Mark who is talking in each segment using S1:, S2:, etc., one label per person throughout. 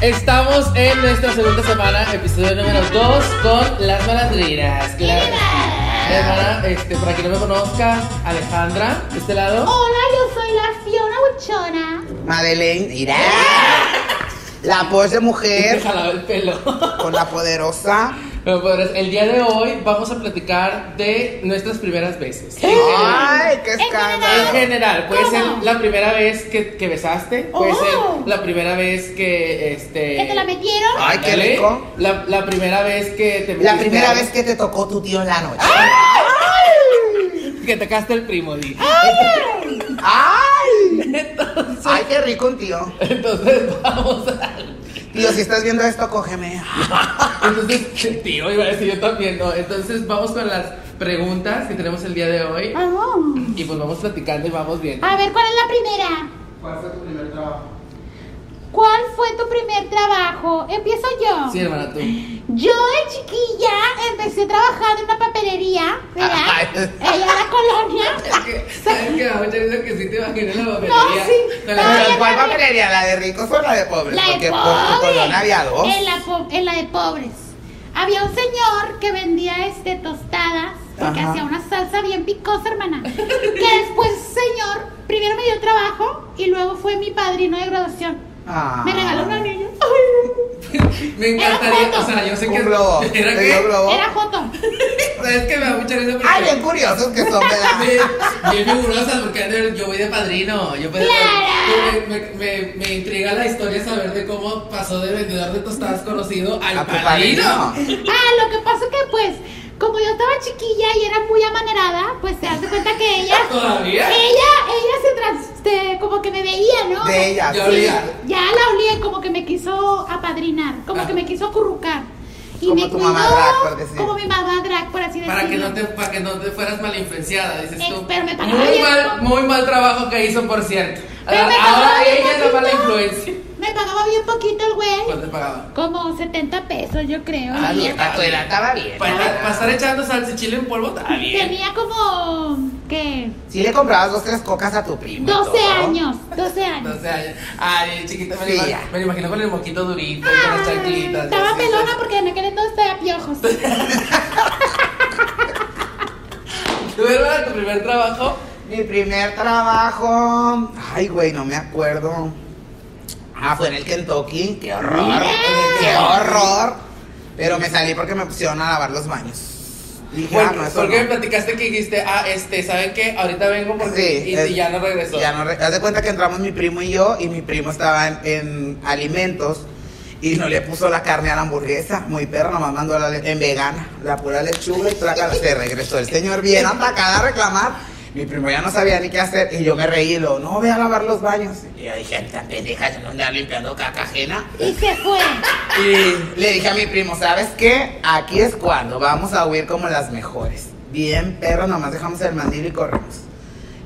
S1: Estamos en nuestra segunda semana, episodio número 2 con las malandrinas. Claro. Hermana, este, para quien no me conozca, Alejandra, de este lado.
S2: Hola, yo soy la Fiona Buchona.
S3: Madeleine, irá. La voz de
S1: Me
S3: mujer
S1: jalaba el pelo.
S3: con la poderosa.
S1: Pero, pues, el día de hoy vamos a platicar de nuestras primeras veces.
S3: Ay, qué
S1: En
S3: escándalo.
S1: general, puede ser
S2: ¿Cómo?
S1: la primera vez que, que besaste, puede
S2: Oh.
S1: ser la primera vez que este.
S2: ¿Qué te la metieron?
S3: Ay, qué
S1: Ándale.
S3: rico.
S1: La, la primera vez que te
S3: La
S1: metiste
S3: primera
S1: a-
S3: vez que te tocó tu tío en la noche.
S1: que tocaste el primo, di.
S3: Ay,
S1: Entonces,
S3: ay, qué rico un tío.
S1: entonces vamos a.
S3: Tío, si estás viendo esto, cógeme.
S1: Entonces, tío, iba a decir yo también, ¿no? Entonces, vamos con las preguntas que tenemos el día de hoy.
S2: Vamos.
S1: Y pues vamos platicando y vamos viendo.
S2: Ah. A ver, ¿cuál es la primera? ¿Cuál fue tu primer trabajo? ¿Cuál fue tu primer trabajo? Empiezo yo.
S1: Sí, hermana, tú.
S2: Yo de chiquilla empecé trabajando en una papelería,
S3: Ay.
S2: ¿verdad? Allá en la colonia.
S1: ¿Sabes que me da mucha risa que sí te imaginé la papelería?
S2: sí.
S1: Con la-
S2: Ay,
S3: Pero, ¿Cuál papelería? ¿La de ricos o la de pobres?
S2: La
S3: Porque
S2: de
S3: por tu
S2: pobres.
S3: colonia había dos.
S2: En la, po- en la de pobres. Había un señor que vendía este tostadas porque
S3: Ajá.
S2: hacía una salsa bien picosa, hermana. que después ese señor primero me dio trabajo y luego fue mi padrino de graduación.
S3: Ah.
S2: Me regaló un anillo. Ay,
S1: Me encantaría,
S2: Era
S1: o sea, yo sé
S3: Un
S1: que.
S3: globo.
S1: ¿Era
S3: ¿Te
S1: qué?
S3: dio globo?
S2: Era Joto.
S1: ¿Sabes que me da mucha risa porque.
S3: Ay, bien curiosos que son, ¿verdad?
S1: Bien- Bien vigorosas, porque Andrea, yo voy de padrino. Yo voy de
S2: Claro.
S1: Me, me- me- me intriga la historia saber de cómo pasó de vendedor de tostadas conocido al
S3: A tu
S1: padrino.
S3: padrino.
S2: Ah, lo que pasa que pues, como yo estaba chiquilla y era muy amanerada, pues se hace cuenta que ella.
S1: ¿Todavía?
S2: Ella, ella se trans. este, como que me veía, ¿no?
S3: De ella.
S1: Ya
S3: sí.
S1: olía.
S2: Ya la olía y como que me quiso apadrinar, como
S1: Ah.
S2: que me quiso acurrucar. Y
S3: Como
S2: me
S3: tu
S2: cuidó
S3: mamá drag, por decir.
S2: como mi mamá drag, por así decirlo.
S1: Para que, no te, para que no te fueras mal influenciada, dices tú.
S2: Eh, pero me pagaba
S1: muy,
S2: bien,
S1: mal,
S2: ¿no?
S1: muy mal trabajo que hizo, por cierto.
S2: Pero me
S1: Ahora
S2: pagaba bien
S1: ella es la mala
S2: poquito.
S1: influencia.
S2: Me pagaba bien poquito el güey,
S1: ¿Cuánto te pagaba?
S2: como 70 pesos yo creo.
S3: Ah,
S2: Y
S3: no, la escuela estaba bien.
S1: Para, estar- para estar echando salsa y chile en polvo, está bien.
S2: tenía como, ¿qué?
S3: Si le comprabas dos, tres cocas a tu primo. y
S2: 12
S3: todo.
S2: años, 12 años.
S1: 12 años. Ay, chiquita, me, lo
S3: Sí,
S1: ima-
S3: ya.
S1: me lo imagino con el moquito durito y con las
S2: Ay,
S1: chanclitas. y
S2: Ah, estaba
S1: así.
S2: pelona porque en aquel entonces estaba piojos. pues.
S1: ¿Tú era pues. tu primer trabajo?
S3: Mi primer trabajo. Ay, güey, no me acuerdo. Ah, fue en el Kentucky. ¡Qué horror! ¡Qué horror! Pero me salí porque me pusieron a lavar los baños. Dije, ah,
S1: Porque,
S3: no, eso
S1: porque me
S3: no.
S1: platicaste que dijiste, ah, este, ¿saben qué? Ahorita vengo porque
S3: Sí,
S1: y,
S3: es-
S1: y ya no regresó.
S3: Ya no re- Haz de cuenta que entramos mi primo y yo, y mi primo estaba en, en alimentos y no le puso la carne a la hamburguesa. Muy perra, nomás mandó la le- en vegana, la pura lechuga y trácala. Se regresó el señor bien atacada a reclamar. Mi primo ya no sabía ni qué hacer y yo me reí y lo, no, ve a lavar los baños. Y yo dije, esta pendeja se no andar limpiando caca ajena.
S2: Y se fue.
S3: Y le dije a mi primo, ¿sabes qué? Aquí es cuando vamos a huir como las mejores. Bien, perro, nomás dejamos el mandil y corremos.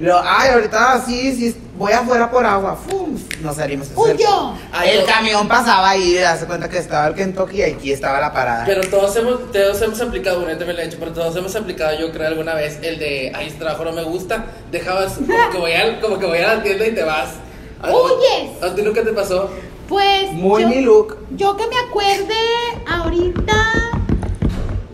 S3: Y luego, ay, ahorita ah, sí, sí, voy afuera por agua. ¡Fum! Nos salimos.
S2: Huyó.
S3: Ay, El camión pasaba ahí, hace cuenta que estaba el Kentucky y aquí estaba la parada.
S1: Pero todos hemos, todos hemos aplicado, bueno, yo también lo he hecho, pero todos hemos aplicado, yo creo, alguna vez el de, ay, este trabajo no me gusta, dejabas, como que voy, al, como que voy a la tienda y te vas. Ah,
S2: Huyes.
S1: ¿A ti nunca te pasó?
S2: Pues
S3: Muy
S2: yo-
S3: mi look.
S2: Yo que me acuerde ahorita,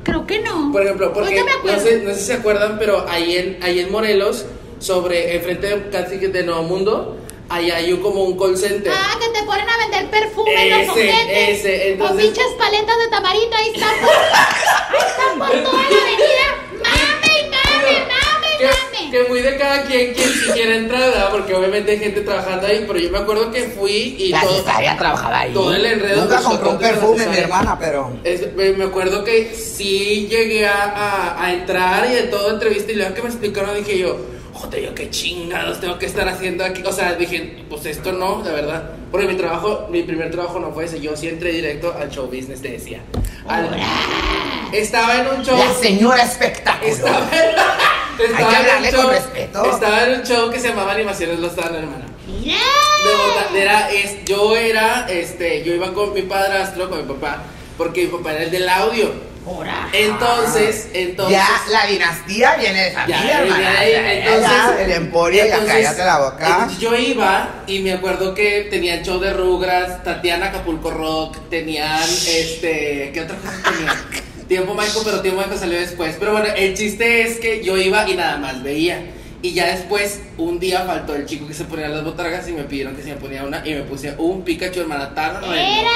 S2: creo que no.
S1: Por ejemplo, porque
S2: Ahorita me
S1: no
S2: acuerdo.
S1: sé, no sé si se acuerdan, pero ahí en, ahí en Morelos, sobre, enfrente de casi que de Nuevo Mundo, ahí hay un- como un call center.
S2: Ah, que te ponen a vender perfume en
S1: Ese,
S2: los ojetes.
S1: ese,
S2: Con
S1: entonces-
S2: pinches paletas de tamarindo, ahí están por, ahí están por toda la avenida. Mame, mame,
S1: que,
S2: mame, mame.
S1: que muy de cada quien quien si quiera entrar, ¿verdad? porque obviamente hay gente trabajando ahí, pero yo me acuerdo que fui y
S3: La
S1: todo.
S3: cesárea trabajaba ahí.
S1: todo el enredo
S3: Nunca
S1: de
S3: compró un
S1: nosotros de la
S3: perfume, mi
S1: cesárea.
S3: hermana, pero.
S1: Es- me me acuerdo que sí llegué a, a- a entrar y en toda entrevista y luego que me explicaron dije yo, joder, yo qué chingados tengo que estar haciendo aquí. O sea, dije, pues esto no, la verdad. Porque mi trabajo, mi primer trabajo no fue ese, yo sí entré directo al show business, te decía. Al- estaba en un show...
S3: La señora espectáculo.
S1: Estaba, estaba
S3: que
S1: en un
S3: hablarle
S1: show-
S3: con respeto.
S1: Estaba en un show que se llamaba Animaciones Lozano, hermana.
S2: Mira.
S1: De botan- era, es, yo era, este, yo iba con mi padrastro, con mi papá, porque mi papá era el del audio.
S2: Ahora.
S1: Entonces, entonces.
S3: ya la dinastía viene de familia,
S1: Ya,
S3: hermana.
S1: ya,
S3: Ya,
S1: ya,
S3: ya, allá, el Emporio, ya
S1: entonces,
S3: cállate la boca.
S1: eh, Yo iba y me acuerdo que tenían show de Rugras, Tatiana Acapulco Rock, tenían este. ¿Qué otra cosa tenían? Tiempo Mágico, pero Tiempo Mágico salió después. Pero bueno, el chiste es que yo iba y nada más veía. Y ya después, un día faltó el chico que se ponía las botargas y me pidieron que se me ponía una. Y me puse un Pikachu, hermana, tan horrendo.
S2: Era.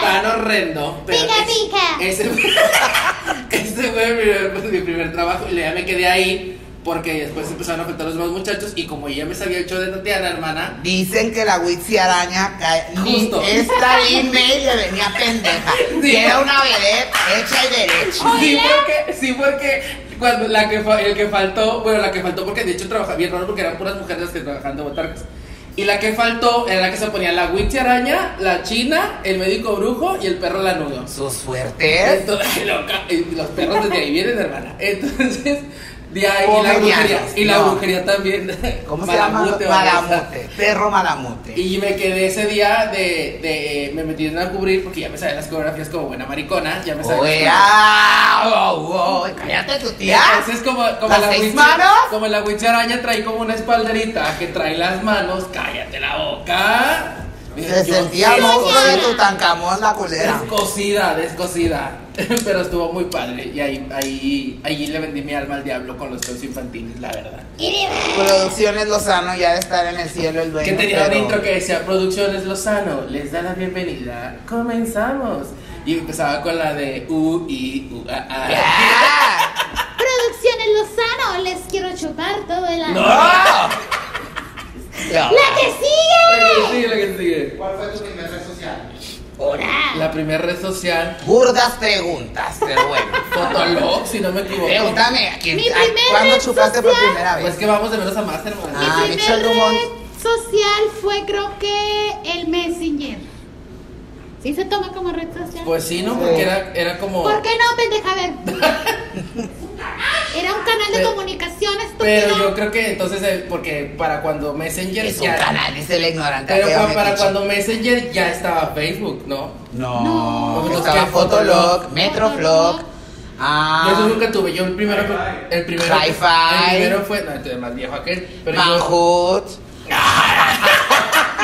S1: Tan horrendo. pero
S2: Pica,
S1: es- Ese
S2: pica.
S1: fue, ese fue mi, primer, pues, mi primer trabajo y ya me quedé ahí porque después empezaron a afectar a los demás muchachos y como ya me sabía el show de Tatiana, hermana,
S3: Dicen que la Witsi araña cae. ni
S1: Justo.
S3: Esta y media venía pendeja.
S1: Sí.
S3: Era una vedette hecha y derecha.
S1: sí porque, sí porque cuando la que fa- el que faltó, bueno, la que faltó porque de hecho trabajaba bien raro porque eran puras mujeres las que trabajaban de botargas. Y la que faltó era la que se ponía la witch araña, la china, el médico brujo y el perro lanudo.
S3: Sus fuertes.
S1: Entonces, loca, eh, los perros desde ahí vienen, hermana. Entonces, de ahí y la
S3: Pomerianos,
S1: brujería. Y la
S3: no.
S1: brujería también.
S3: ¿Cómo
S1: Malamute,
S3: se llama?
S1: barbosa.
S3: Malamute. Perro malamute.
S1: Y me quedé ese día de, de- eh, me metieron a cubrir porque ya me sabían las coreografías como buena maricona, ya me sabían.
S3: Oye,
S1: las
S3: ah, wow, wow, cállate tu tía.
S1: coreografías. Entonces como, como
S3: ¿Las
S1: la
S3: seis
S1: witch-
S3: manos?
S1: como la witch araña trae como una espalderita que trae las manos, cállate la boca.
S3: Se
S1: Yo-
S3: sentía ¿eh?
S2: sí,
S3: monstruo de
S2: sí.
S3: Tutankamón la culera.
S1: Descosida, descosida. Pero estuvo muy padre. Y ahí, ahí, ahí le vendí mi alma al diablo con los shows infantiles, la verdad.
S3: Producciones Lozano ya de estar en el cielo el dueño.
S1: que tenía
S3: pero-
S1: un intro que decía Producciones Lozano, les da la bienvenida. Comenzamos. Y empezaba con la de U I U A A.
S3: ¡Ya!
S2: Producciones Lozano, les quiero chupar todo el año.
S1: No.
S3: ¡No! Ya.
S2: ¡La que
S1: La que
S2: sigue!
S1: sigue, la que sigue.
S4: ¿Cuál fue tu primer red social?
S2: Ahora.
S1: La primera red social,
S3: Burdas preguntas, pero bueno.
S1: Fotolog, si no me equivoco.
S3: Pregúntame, ¿a quién,
S2: Mi
S3: a-
S2: primer
S3: ¿cuándo
S2: red
S3: chupaste por
S2: social-
S3: primera
S1: Pues
S3: vez?
S1: que vamos de menos a más, hermano.
S3: Ah,
S2: Mi
S3: Michelle
S2: primer
S3: Drummond.
S2: red social fue creo que el Messenger. ¿Sí se toma como red social?
S1: Pues sí, ¿no? Porque era, era como.
S2: ¿Por qué no, pendeja? A ver. Era un canal de
S1: Pero-
S2: comunicación estúpido.
S1: Pero yo creo que entonces, eh, porque para cuando Messenger
S3: Es un
S1: ya-
S3: canal, dice la ignorante.
S1: Pero
S3: fea,
S1: pa-
S3: me
S1: para
S3: piche.
S1: cuando Messenger ya estaba Facebook, ¿no?
S3: No,
S1: No.
S3: estaba
S1: ¿Qué?
S3: Fotolog, Metroflog.
S1: Yo eso
S3: Ah,
S1: nunca tuve. Yo el primero. fue- El primero.
S3: Hi-Fi.
S1: El primero fue. No, entonces más viejo aquel. Pero yo.
S3: Manhood.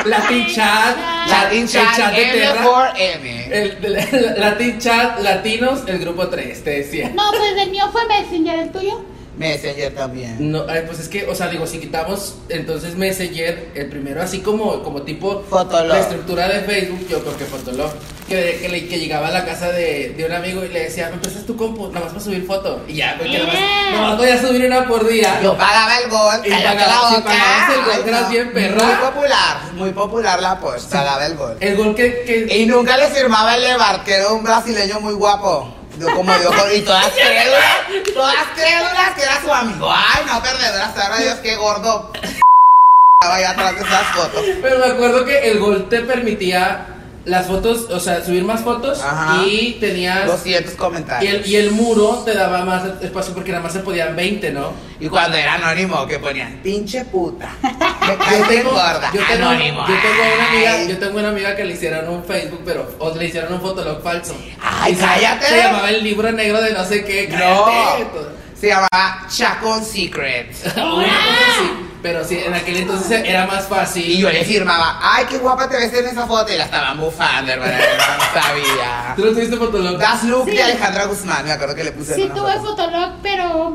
S1: Latin Chat.
S3: Latin
S1: el
S3: Chat,
S1: de Terra, Eh.
S3: M4M.
S1: el- el- Latin Chat, Latinos, el grupo 3, te decía.
S2: No, pues el mío fue Messenger, el tuyo.
S3: Messenger también.
S1: No, ay, pues es que, o sea, digo, si quitamos entonces Messenger, el primero, así como, como tipo
S3: Fotolog.
S1: la estructura de Facebook, yo creo que Fotolog, que, que, le- que llegaba a la casa de, de un amigo y le decía, me prestas tu compu, nada más para subir foto. Y Mm, ya, pues porque nada más,
S2: Yeah.
S1: nada más voy a subir una por día.
S3: Yo pagaba el gol,
S1: Y
S3: cállate
S1: pagaba-
S3: la
S1: si
S3: boca.
S1: pagabas el gol,
S3: Ay,
S1: eras
S3: no.
S1: bien perra.
S3: Muy popular, muy popular la post, pagaba el gol.
S1: El gol que, que
S3: Y nunca le firmaba el Levar, que era un brasileño muy guapo. Yo como yo, y todas crédulas, todas crédulas que era su amigo. Ay, no perdedoras, ahora Dios, qué gordo. Estaba ahí atrás de esas fotos.
S1: Pero me acuerdo que el Gol te permitía las fotos, o sea, subir más fotos
S3: Ajá.
S1: y tenías...
S3: 200
S1: Y
S3: comentarios.
S1: el, y el muro te daba más espacio porque nada más se podían 20, ¿no?
S3: Y cuando era anónimo, que ponían, pinche puta. Me caíste gorda.
S1: yo tengo,
S3: anónimo.
S1: yo tengo una amiga,
S3: Ay.
S1: yo tengo una amiga que le hicieron un Facebook, pero o le hicieron un fotolog falso.
S3: Ay,
S1: Y se-
S3: cállate.
S1: Se llamaba el libro negro de no sé qué. pues.
S3: No. Se llamaba Chacon Secret.
S1: No. Una cosa así. Pero sí, en aquel entonces era más
S3: Y
S1: fácil.
S3: yo le firmaba, ay, qué guapa te ves en esa foto. Y la estaban bufando, hermano. No sabía.
S1: ¿Tú no tuviste fotolog?
S3: Das Look
S2: Sí.
S3: de Alejandra Guzmán, me acuerdo que le puse en
S2: Sí
S3: una
S2: tuve
S3: foto.
S2: Fotolog, pero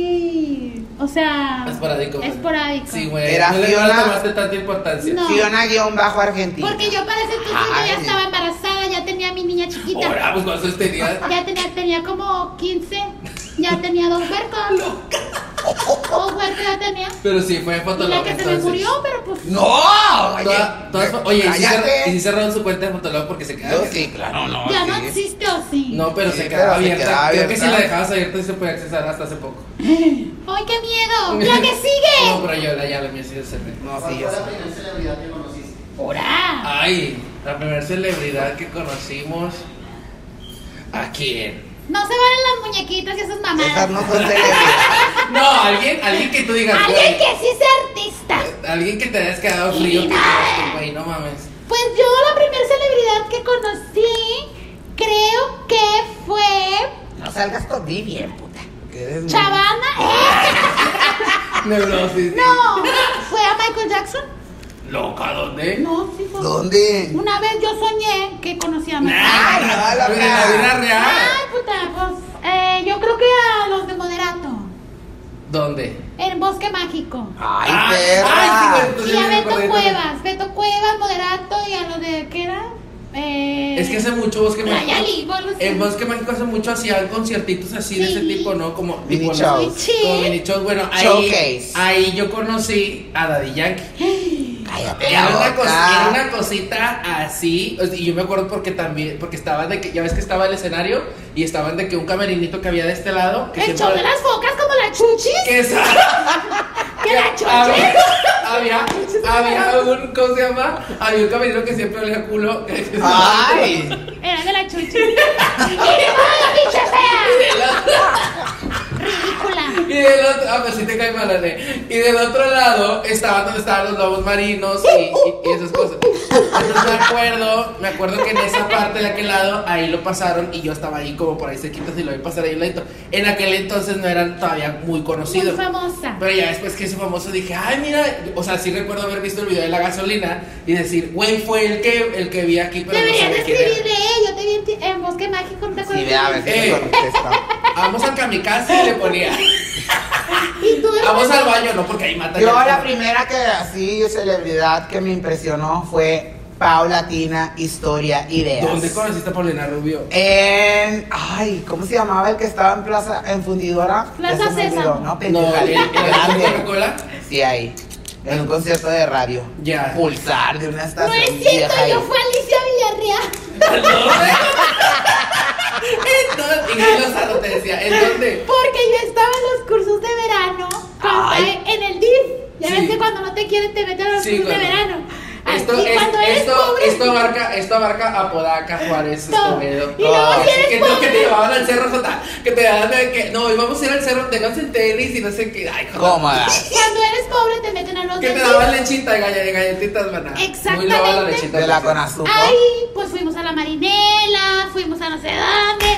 S2: muy... O sea...
S1: Esporádico.
S2: Esporádico.
S1: Sí, güey.
S3: Era
S1: no le
S3: Fiona.
S1: no le tomaste tanta importancia.
S2: No.
S3: Fiona guión bajo Argentina.
S2: Porque yo para ese entonces yo
S3: Ay.
S2: ya estaba embarazada, ya tenía a mi niña chiquita.
S1: Ahora, pues cuando tenía
S2: Ya tenía, tenía como 15, ya tenía dos huercos. Dos huercos ya tenía.
S1: Pero sí, fue
S2: Y
S1: Fotolog.
S2: la que se me
S1: entonces.
S2: murió, pero pues...
S3: ¡No! Oye,
S1: Toda- todas- oye, y sí
S3: cállate.
S1: cerra- y sí cerraron su cuenta de Fotolog porque se quedaba
S3: Yo
S1: abierta.
S3: sí, claro, no.
S2: Ya
S3: sí.
S2: no existe o sí.
S1: No, pero
S3: Sí,
S1: se quedaba
S3: pero se
S1: abierta.
S3: quedaba
S1: Creo que si
S3: abierta.
S1: la dejabas abierta y se podía accesar hasta hace poco.
S2: ¡Ay, qué miedo! ¡La que sigue!
S1: No, pero yo la ya la mía sí se cerré.
S3: No,
S4: ¿Cuál
S3: sí, yo
S4: fue la
S3: sí.
S4: primera celebridad que conociste?
S2: ¡Hora!
S1: Ay, la primera celebridad que conocimos. ¿A quién?
S2: No se valen las muñequitas y esas
S3: Esas
S2: mamadas.
S3: no son celebridades.
S1: No, alguien, alguien que tú digas,
S2: Alguien
S1: güey.
S2: que sí sea artista.
S1: Alguien que te hayas quedado frío que digas que, güey, no mames.
S2: Pues yo la primera celebridad que conocí creo que fue
S3: eh,
S1: Mm.
S3: No salgas con mí bien, puta. Que eres muy-
S2: Chavana.
S1: Neurosis.
S2: ¡Eh! No, fue a Michael Jackson.
S1: Loca, ¿dónde?
S2: No, sí fue.
S3: ¿Dónde?
S2: Una vez yo soñé que conocí a Michael Jackson.
S3: Ay, no, loca.
S1: Nah, en la vida real.
S2: Ay, puta, pues eh, yo creo que a los de Moderato,
S1: ¿Dónde?
S2: el Bosque Mágico.
S3: Ay,
S1: Ah, ay, sí,
S3: perra.
S1: güey.
S2: Y a Beto Cuevas, Beto Cuevas, Moderato y a los de, ¿qué era? Eh,
S1: Es que hace mucho Bosque Mágico.
S2: Nayali, bueno,
S1: En
S2: sí.
S1: Bosque Mágico hace mucho hacían conciertitos así de
S2: Sí.
S1: ese tipo, ¿no? Como
S3: Mini
S1: tipo,
S3: shows.
S1: ¿no? Como mini shows. Bueno, ahí,
S3: Showcase.
S1: ahí yo conocí a Daddy Yankee.
S3: Cállate
S1: Era
S3: la
S1: una, cos- era
S3: boca.
S1: una cosita así, o sea, y yo me acuerdo porque también, porque estaban de que, ya ves que estaba el escenario y estaban de que un camerinito que había de este lado, que
S2: El
S1: siempre-
S2: show de las focas como la chuchis,
S1: que esa-
S2: que la
S1: había,
S2: chuchis.
S1: ah, había, había un, ¿cómo se llama? Había un camerino que siempre olía a culo. que-
S3: Ay.
S2: Era de la chuchis. ¡Y mi madre, pinche fea! Ridícula.
S1: Y del otro, ah, pues sí te cae mal, Ané. Y del otro lado estaban donde estaban los lobos marinos y, y- y esas cosas. Entonces me acuerdo, me acuerdo que en esa parte de aquel lado, ahí lo pasaron y yo estaba ahí como por ahí cerquita y lo vi pasar ahí un ladito. En aquel entonces no eran todavía muy
S2: Muy
S1: conocidos.
S2: famosa.
S1: Pero ya después que ese famoso dije, ay, mira, o sea, sí recuerdo haber visto el video de la gasolina y decir, güey, fue el que, el que vi aquí, pero no
S2: Deberían
S1: sabía quién
S2: escribir
S1: era.
S2: de Yo te vi en ti- en Bosque Mágico, ¿no te
S3: Sí,
S2: acuerdas?
S3: ve a ver si me
S1: Eh.
S3: contesta.
S1: Vamos al kamikaze y le ponía, "Ah,
S2: Y tú
S1: vamos al baño, no, porque ahí matan.
S3: Yo
S1: al-
S3: la primera que así celebridad que me impresionó fue Paula Tina Historia Ideas.
S1: ¿Dónde conociste a Paulina Rubio?
S3: En ay, ¿cómo se llamaba el que estaba en Plaza en Fundidora?
S2: Plaza
S3: Ya se me
S2: Sésamo.
S3: olvidó, No,
S1: No,
S3: pendeja.
S1: el, el
S3: Grande.
S1: Coca-Cola.
S3: Sí, ahí. En un concierto de radio.
S1: Ya.
S3: Pulsar de una
S2: No
S3: estación
S2: es
S3: vieja
S2: cierto,
S3: ahí.
S2: yo fui Alicia Villarreal.
S1: Entonces, Inés Lozano te decía, ¿en dónde?
S2: Porque yo estaba en los cursos de verano cuando-
S3: Ay.
S2: en el DIF. Ya
S1: Sí.
S2: ves que cuando no te quieren te meten a los
S1: Sí,
S2: cursos
S1: cuando-
S2: de verano.
S1: Esto,
S2: Aquí,
S1: es-
S2: Ah, cuando eres
S1: esto,
S2: pobre,
S1: esto abarca, esto abarca Apodaca, Juárez,
S2: No.
S1: Escobedo.
S2: Y luego
S1: Ah,
S2: si eres
S1: que, no, que te
S2: pobre.
S1: llevaban al cerro, Jota. Que te daban de que, no, íbamos a ir al cerro, ténganse en tenis y no sé qué. Ay, Jota.
S3: Cómoda.
S2: cuando eres pobre te meten a los
S1: Que
S2: del
S1: te
S2: DIF.
S1: daban lechita y galle- galletitas, maná. Muy lava la
S2: Exactamente.
S1: lechita.
S3: De la Conazupo.
S2: Ahí pues fuimos a la marinela, fuimos a no sé dónde.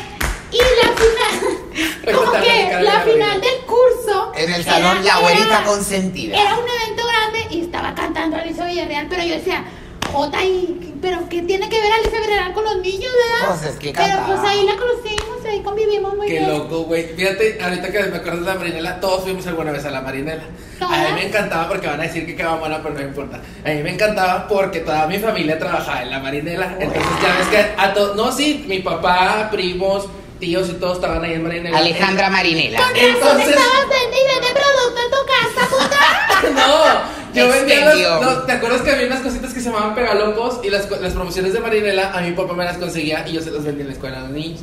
S2: Y la final,
S1: Pero
S2: como
S1: también
S2: que
S1: Carmen
S2: la
S1: Gabriel.
S2: final del curso.
S3: En el salón La Abuelita Consentida.
S2: Era un evento grande y estaba cantando Alicia Villarreal, pero yo decía, Jota, ¿y- pero ¿qué tiene que ver Alicia Villarreal con los niños, verdad?
S3: Pues es que
S2: Pero
S3: cantaba.
S2: pues ahí la conocimos, ahí convivimos muy
S1: Qué
S2: bien.
S1: loco, güey. Fíjate, ahorita que me acuerdo de la marinela, todos fuimos alguna vez a la marinela.
S2: ¿Todas?
S1: A mí me encantaba porque van a decir que quedaba buena, pero no importa. A mí me encantaba porque toda mi familia trabajaba en la marinela. Entonces, ya ves que a todos, no, sí, mi papá, primos, tíos y todos estaban ahí en marinela.
S3: Alejandra Marinela.
S2: Con razón
S1: Entonces-
S2: estabas vendiendo de producto en tu casa, puta.
S1: No, yo vendía
S3: Expendio.
S1: los, los- ¿Te acuerdas que había unas cositas que se llamaban pegalocos? Y las, co- las promociones de Marinela, a mi papá me las conseguía y yo se las vendía en la escuela a los niños.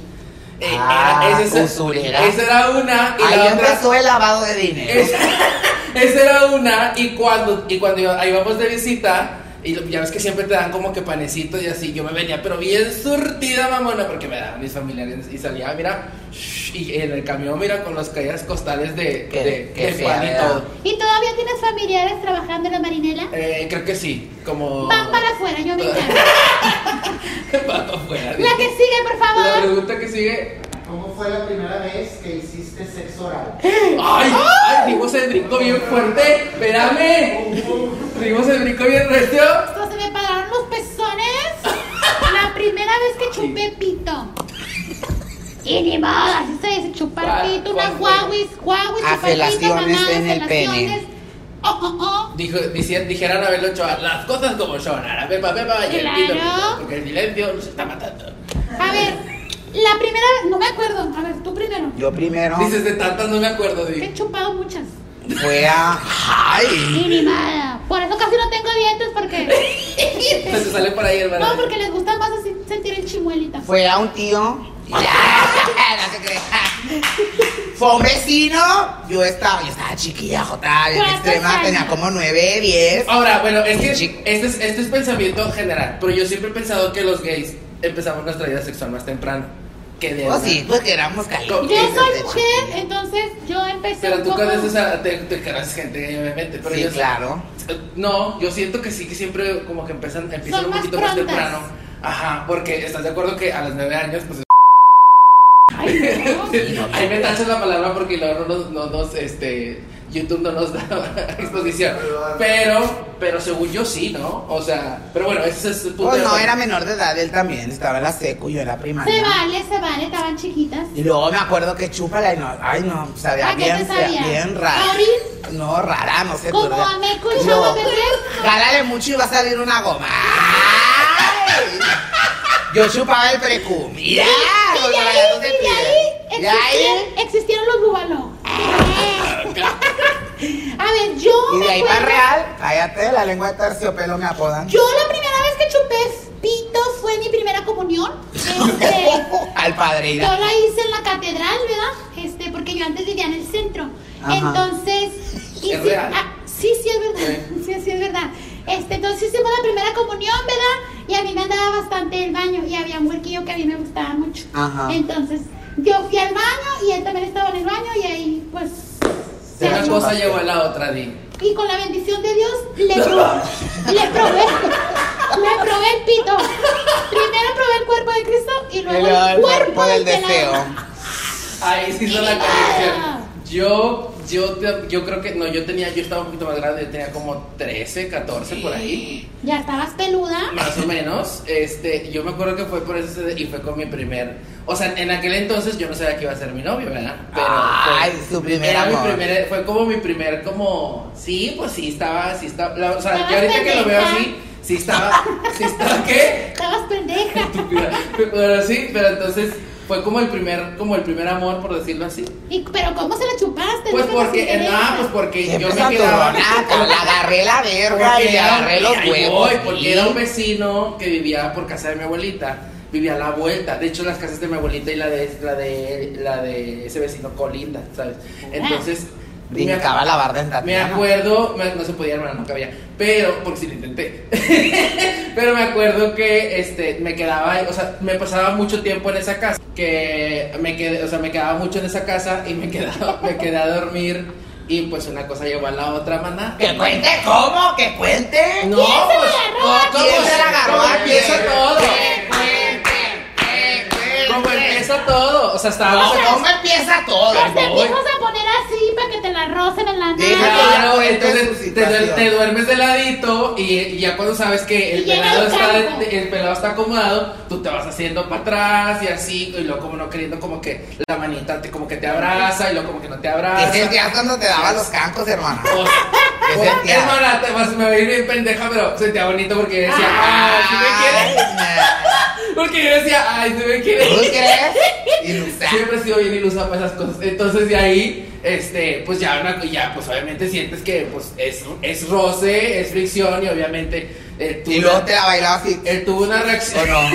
S1: Eh,
S3: Ah,
S1: era- esa-
S3: usurera.
S1: Esa era una. Y
S3: Ahí
S1: la otra,
S3: empezó el lavado de dinero.
S1: Esa, esa era una y cuando y cuando iba- ahí vamos de visita y lo- ya ves que siempre te dan como que panecito y así yo me venía pero bien surtida mamona porque me daban mis familiares y salía mira shh, y en el camión mira con las caídas costales de,
S3: Qué-
S1: de,
S3: qué
S1: de
S3: fea,
S1: pan y
S3: ¿verdad?
S1: todo
S2: ¿Y todavía tienes familiares trabajando en la marinela?
S1: Eh, creo que sí como
S2: Van para afuera, yo me encargo.
S1: Van para afuera.
S2: La que sigue, por
S1: La
S2: favor.
S1: pregunta que sigue
S4: ¿Cómo fue la primera vez que hiciste sexo oral?
S1: ay
S2: ¡Oh!
S1: ay dimos el brinco bien fuerte espérame dimos el brinco bien recio
S2: Esto se me pararon los pezones. La primera vez que chupé pito. Y ni modo, así se dice, chupar
S1: ¿Cuál-
S2: pito, unas
S1: cuál fue?
S2: guaguis, guaguis, chupar pito,
S3: Afelaciones
S2: mamadas,
S3: en el pene.
S2: afelaciones. Oh, oh, oh.
S1: Dijo, dice- dijeron a Belo Ochoa, las cosas como son, a la Pepa Pepa y el
S2: Claro.
S1: pito, pito, porque el silencio nos está matando.
S2: A ver, la primera vez, no me acuerdo. A ver, tú primero.
S3: Yo primero
S1: Dices, de tantas no me acuerdo,
S2: Que
S1: di.
S2: he chupado muchas.
S3: fue a.
S2: Y
S3: ¡Ay!
S2: ni nada. Por eso casi no tengo dientes,
S1: Se te
S2: porque.
S1: sale por ahí, hermano.
S2: No, porque les gusta más así sentir el chimuelita.
S3: Fue a un tío. No se crea. Fue a un vecino. Yo estaba, yo estaba chiquilla, Jota, bien
S2: ¿Cuántos
S3: extrema,
S2: años?
S3: tenía como 9, 10.
S1: Ahora, bueno, es que
S3: Chic.
S1: este es, este es pensamiento general, pero yo siempre he pensado que los gays empezamos nuestra vida sexual más temprano. Que de
S3: Oh,
S1: una.
S3: sí, pues que éramos calientes.
S2: Yo soy
S3: desde
S2: mujer,
S3: chiquilla.
S2: entonces yo empecé
S1: Pero
S2: un
S1: tú
S2: poco...
S1: conoces a. Te, te conoces gente gay, obviamente. Pero
S3: Sí,
S1: yo,
S3: claro.
S1: No, yo siento que sí que siempre como que empiezan, empiezan
S2: Son
S1: un
S2: más
S1: poquito más
S2: prontas.
S1: temprano. Ajá, porque estás de acuerdo que a los nueve años, pues.
S2: Ay,
S1: Ahí me tachas la palabra porque luego no nos, no nos, este, YouTube no nos da exposición. Pero, pero según yo sí, ¿no? O sea, pero bueno, ese es el punto.
S3: Pues
S1: de-
S3: no, era menor de edad, él también estaba en la secu, yo era primaria.
S2: Se vale, se vale, estaban chiquitas.
S3: Y luego me acuerdo que chúpala y no, ay no, sabía
S2: ¿A Ah, qué
S3: bien,
S2: te
S3: fea,
S2: sabía?
S3: bien rara.
S2: ¿Aurín?
S3: No, rara, no sé.
S2: Como
S3: turga.
S2: a Meco y Chava Bebé.
S3: Jálale mucho y va a salir una goma. ¡Ay! Yo chupaba el precu. Mira,
S2: Y
S3: los
S2: de
S3: rayados de
S2: ahí, y de ahí,
S3: Tigre. Ya ahí,
S2: existieron, existieron los búbalos. A ver, yo.
S3: y de
S2: me
S3: ahí para
S2: acuerdo-
S3: real, cállate, la lengua de terciopelo me apodan.
S2: Yo la primera vez que chupé pito fue en mi primera comunión. Este,
S3: Al
S2: yo
S3: padrino.
S2: la hice en la catedral, ¿verdad? Este, porque yo antes vivía en el centro.
S3: Ajá.
S2: Entonces, y
S1: ¿Es
S2: sí,
S1: real?
S2: ah, sí, sí es verdad. Sí, sí es verdad. Este, entonces hicimos la primera comunión, ¿verdad? Y a mí me andaba bastante el baño y había un huequillo que a mí me gustaba mucho.
S3: Ajá.
S2: Entonces, yo fui al baño y él también estaba en el baño y ahí pues se
S1: Una
S2: armó.
S1: cosa llevó a la otra, Di.
S2: Y con la bendición de Dios le, pro- le probé. Le probé el pito. Primero probé el cuerpo de Cristo y luego el, cuerpo del
S3: del
S2: de la-
S3: deseo.
S1: Ahí sí hizo la
S2: Ah.
S1: conexión. Yo, yo, te- yo creo que, no, yo tenía, yo estaba un poquito más grande, yo tenía como 13, 14 por ahí.
S2: Ya estabas peluda.
S1: Más o menos, este, yo me acuerdo que fue por eso y fue con mi primer, o sea, en aquel entonces yo no sabía que iba a ser mi novio, ¿verdad? Pero fue-
S3: Ay, su primer
S1: era mi
S3: amor.
S1: primer, fue como mi primer, como, sí, pues sí estaba, sí estaba, la- o sea,
S2: Estabas
S1: yo ahorita que lo veo
S2: pendeja.
S1: así, sí estaba, sí estaba, ¿qué?
S2: Estabas pendeja.
S1: Estúpida. Pero sí, pero entonces fue como el primer, como el primer amor, por decirlo así.
S2: Y, pero ¿cómo se la chupaste?
S1: Pues
S2: No me
S1: porque, eh,
S2: interesa.
S1: nada, pues porque
S3: Siempre
S1: yo
S3: esa
S1: me quedaba.
S3: turronata, la agarré la verga
S1: Porque
S3: y le
S1: era-
S3: agarré los
S1: ahí
S3: huevos.
S1: voy, porque
S3: sí.
S1: era un vecino que vivía por casa de mi abuelita. Vivía a la vuelta. De hecho, las casas de mi abuelita y la de la de, la de ese vecino colinda, ¿sabes? Entonces. me ac-
S3: Brincaba la barda en
S1: me
S3: Tatiana.
S1: acuerdo, me- no se podía hermano, no cabía, pero, porque sí lo intenté, pero me acuerdo que este, me quedaba, o sea, me pasaba mucho tiempo en esa casa, que me quedé, o sea, me quedaba mucho en esa casa y me quedaba, me quedé a dormir y pues una cosa llevó a la otra, maná.
S3: Que cuente cómo, que cuente.
S1: No,
S2: ¿Quién se la
S1: pues,
S2: agarró?
S1: ¿cómo- cómo
S3: ¿Quién se la agarró
S1: ¿Cómo
S3: a quién?
S1: empieza todo?
S3: Que cuente, que cuente.
S1: ¿Cómo empieza todo? O sea, estábamos
S3: ¿Cómo,
S1: en-
S3: cómo empieza todo?
S2: Pues te
S1: voy.
S2: empiezas a poner así para que te la rocen en la
S3: Deja
S2: nalga.
S3: que ya
S1: Claro,
S3: cuente su
S1: entonces te, duer-
S3: situación.
S1: te duermes de ladito y, y ya cuando sabes que el
S2: Y llega
S1: pelado,
S2: el
S1: está
S2: campo.
S1: de- el pelado está acomodado, tú te vas haciendo para atrás y así, y luego como no queriendo como que la manita te, como que te abraza y luego como que no te abraza.
S3: ¿Qué sentías cuando te daba los cancos, hermana?
S1: Pues,
S3: ¿Qué
S1: pues,
S3: sentías?
S1: hermana, te vas- me voy a ir bien pendeja, pero sentía bonito porque yo decía, ah, si me
S3: Ay,
S1: quieres. Porque yo decía, ay, si me quieres.
S3: ¿Tú crees? Ilusa.
S1: Siempre he sido bien ilusa para esas cosas. Entonces de ahí, este, pues ya, una- ya pues obviamente sientes que pues es, es roce, es fricción y obviamente eh, tuvo
S3: Y luego te la bailaba así.
S1: él tuvo una reacción.
S3: ¿O no?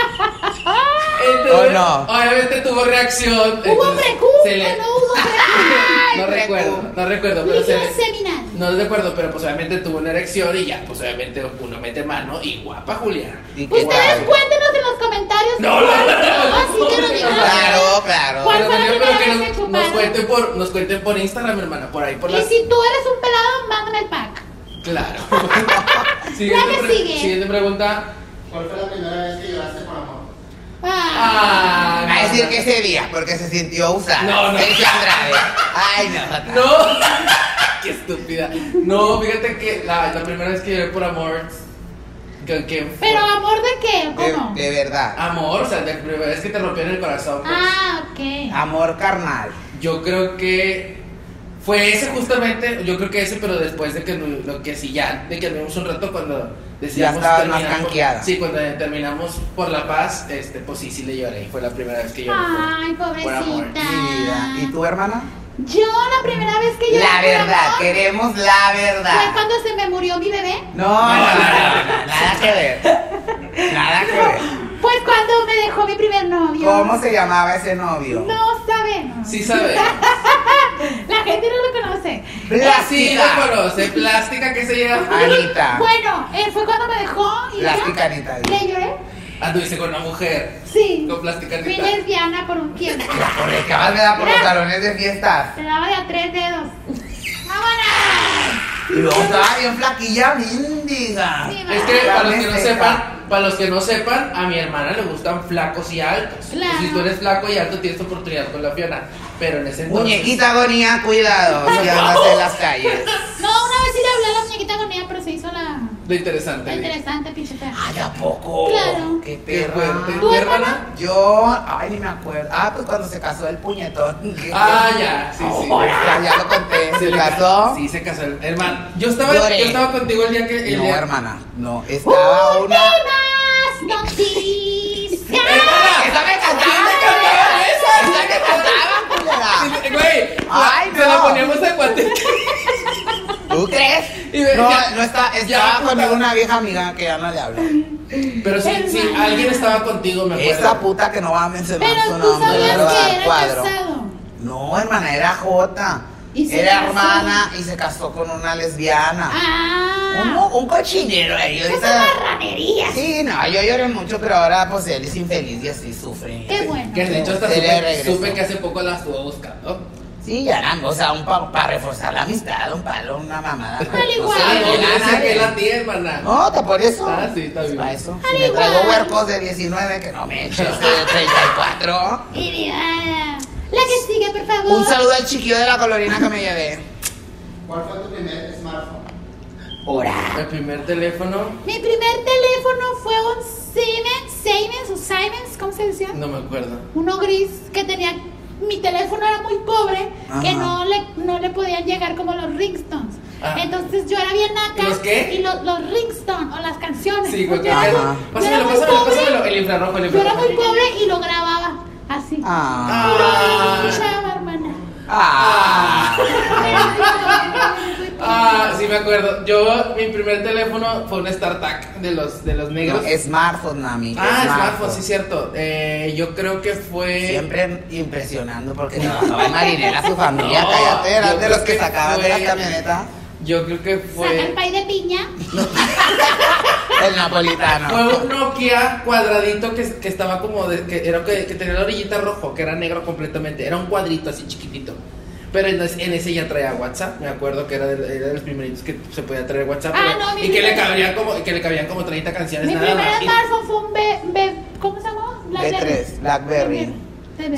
S1: Entonces,
S3: ¿O Oh, no?
S1: Obviamente tuvo reacción.
S2: ¿Hubo
S1: entonces,
S2: precu?
S1: se le-
S2: ¿O no hubo
S1: no
S3: precu?
S1: recuerdo, no recuerdo, pero
S2: precu?
S1: se le-
S2: Líquido seminal.
S1: no recuerdo, pero pues obviamente tuvo una erección y ya, pues obviamente uno mete mano y guapa Juliana.
S3: ¿Y qué
S2: Ustedes
S3: tal?
S2: cuéntenos en los comentarios.
S1: No, no, no, no,
S2: Así que nos digan.
S3: Claro, claro.
S2: ¿Cuál
S1: Pero
S2: fue la
S1: también,
S2: primera
S1: pero que
S2: vez que
S1: nos, nos
S2: chuparon?
S1: cuenten por, nos cuenten por Instagram, hermana, por ahí, por
S2: Y
S1: las
S2: si tú eres un pelado, mándame el pack.
S1: Claro.
S2: La que
S1: pre-
S2: sigue.
S1: siguiente pregunta.
S4: ¿Cuál fue la primera vez que lloraste por amor?
S2: Ah.
S1: Ah,
S3: Va a decir que ese día, porque se sintió usada.
S1: No, no.
S3: Sergio Andrade. Ay, no.
S1: No. Qué estúpida. No, fíjate que la, la primera vez que lloré por amor. ¿Con quién fue?
S2: ¿Pero amor de qué? ¿O ¿Cómo?
S3: De, de verdad.
S1: Amor, o sea, la primera vez que te rompieron el corazón. pues.
S2: Ah, ok.
S3: Amor carnal.
S1: Yo creo que fue ese justamente, yo creo que ese, pero después de que no- lo que sí ya, de que anduvimos un rato cuando decíamos
S3: Ya estabas
S1: terminar
S3: más
S1: por-
S3: canqueada.
S1: Sí, cuando terminamos por la paz, este, pues sí, sí le lloré. y Fue la primera vez que lloré. por-
S2: Ay,
S1: por amor.
S2: pobrecita.
S3: Mi vida. ¿Y tu hermana?
S2: Yo la primera vez que yo
S3: La
S2: tuve
S3: verdad,
S2: amor
S3: queremos la verdad.
S2: fue cuando se me murió mi bebé.
S3: No, no, no, no, nada que ver. Nada que ver.
S2: Pues cuando me dejó mi primer novio.
S3: ¿Cómo se llamaba ese novio?
S2: No sabemos.
S1: Sí sabes.
S2: La gente no lo conoce.
S1: Sí,
S3: Plástica.
S1: lo conoce. Plástica que se llama.
S3: Anita.
S2: Bueno, eh, fue cuando me dejó y ya.
S3: Plástica, Anita, digo.
S2: ¿Le lloré?
S1: Anduviste Ah, con una mujer.
S2: Sí.
S1: Con plástica
S2: Fui
S1: Anita.
S2: lesbiana por un tiempo.
S3: Porque acabas de dar por los talones de fiestas.
S2: Te daba de a tres dedos. ¡Vámonos!
S3: Y luego estaba bien flaquilla, mendiga.
S2: Sí,
S1: Es que para los que no
S3: Carne seca.
S1: sepan, Para los que no sepan, a mi hermana le gustan flacos y altos.
S2: Claro.
S1: Si tú eres flaco y alto, tienes oportunidad con la Fiona. Pero en ese entonces.
S3: Muñequita agonía, cuidado, si andas en las calles.
S2: No, una vez sí le hablé a la muñequita con ella, pero se hizo la,
S1: Lo interesante.
S2: la
S1: Vic.
S2: interesante, pinche fea.
S3: Ay, ¿a poco?
S2: Claro.
S3: Qué
S1: Qué
S3: perra.
S1: fuerte.
S2: ¿Tu
S1: ¿Tu
S2: hermana?
S1: hermana?
S3: Yo, ay, ni me acuerdo. Ah, pues cuando se casó el puñetón.
S1: Ah, ya, sí, sí.
S3: Ahora, ya lo conté. Se
S1: le-
S3: casó.
S1: Sí, se casó. Hermano, yo estaba, yo
S3: Lloré.
S1: estaba contigo el día que. El
S3: No,
S1: día-
S3: hermana, no. Estaba
S1: ¡Uh,
S3: una.
S2: ¡Más noticias!
S1: ¡Hermana!
S3: ¡Esa me
S1: cantaba
S3: cantaba!
S1: esa?
S3: ¡Esa me cantaba, culera!
S1: Sí, Güey,
S3: Ay,
S1: se la
S3: no.
S1: poníamos de guante.
S3: ¿Tú
S1: Y ve-
S3: crees? No,
S1: ya-
S3: no está,
S1: ya,
S3: estaba
S1: puta.
S3: conmigo una vieja amiga que ya no le habla.
S1: Pero sí, sí,
S2: Hermana.
S1: alguien estaba contigo, me acuerdo.
S3: Esta puta que no va a mencionar
S2: Pero
S3: su
S2: tú
S3: nombre, le va
S2: sabías
S3: a dar
S2: que era
S3: cuadro.
S2: casado.
S3: No, hermana, era Jota.
S2: ¿Y se
S3: Era
S2: casó?
S3: hermana y se casó con una lesbiana. Un,
S2: ¡Ah!
S3: mo- un cochinero ahí.
S2: ¡Eso es
S3: ahorita-
S2: marranería!
S3: Sí, no, yo lloré mucho, pero ahora pues él es infeliz y así sufre.
S2: ¡Qué bueno!
S1: Que de hecho hasta
S3: Se le
S1: supe,
S3: regresó.
S1: supe que hace poco la estuvo buscando.
S3: Sí, ya, o sea, un para reforzar la amistad, un palo, una mamada. ¿no?
S2: Al igual.
S1: Ah, no, yo decía
S3: Nada,
S1: que la
S3: eh.
S1: tía, hermana.
S3: No, que por eso.
S1: Ah, sí, está bien.
S3: Para eso.
S2: Al
S3: Si me traigo
S2: igual.
S3: huercos de 19, que no me eches de 34.
S2: Y mira, ah, La que sigue, por favor.
S3: Un saludo al chiquillo de la colorina que me llevé.
S4: ¿Cuál fue tu primer smartphone?
S3: Hora.
S1: El primer teléfono,
S2: Mi primer teléfono fue un Siemens, Siemens o Siemens, ¿cómo se decía?
S1: no me acuerdo.
S2: Uno gris que tenía. Mi teléfono era muy pobre, que
S3: Ajá.
S2: no le, no le podían llegar como los ringstones.
S1: Ah.
S2: Entonces yo era bien naca.
S1: ¿Los qué?
S2: Y lo- los ringstones o las canciones.
S1: Sí,
S2: Pues
S1: güey.
S2: yo,
S1: que-
S2: era,
S3: Ajá.
S2: muy- yo era
S1: Pásamelo,
S2: muy
S1: pásamelo,
S2: pobre,
S1: pásamelo. El infrarrojo, el
S2: Yo era
S1: infrarrojo.
S2: muy pobre y lo grababa así.
S3: Ah.
S2: Y
S1: Ah.
S2: lo escuchaba, hermana.
S3: Ah.
S2: Era muy pobre, muy pobre.
S1: Ah, sí me acuerdo. Yo, mi primer teléfono fue un StarTAC de los, de los negros.
S3: No, smartphone, mami.
S1: ah, smartphone, sí, cierto. Eh, yo creo que fue...
S3: Siempre impresionando porque trabajaba en marinera su familia,
S1: No,
S3: cállate,
S1: yo
S3: eran de los
S1: creo
S3: que
S1: que
S3: sacaban de las
S1: fue-
S3: camionetas
S1: Yo creo que
S2: Saca el
S1: fue...
S2: pay de piña.
S3: el napolitano.
S1: Fue un Nokia cuadradito que, que estaba como de, que era que, que tenía la orillita rojo, que era negro completamente, era un cuadrito así chiquitito. Pero en, en ese ya traía WhatsApp, me acuerdo que era de, era de los primeritos que se podía traer WhatsApp
S2: Ah,
S1: pero-
S2: no, mi
S1: y que le
S2: primer-
S1: cabrían como que le cabían como 30 canciones
S2: Mi
S1: nada más.
S2: primer smartphone fue un B, B, ¿cómo se llamaba?
S3: B3, Blackberry.
S1: Y-
S2: Blackberry.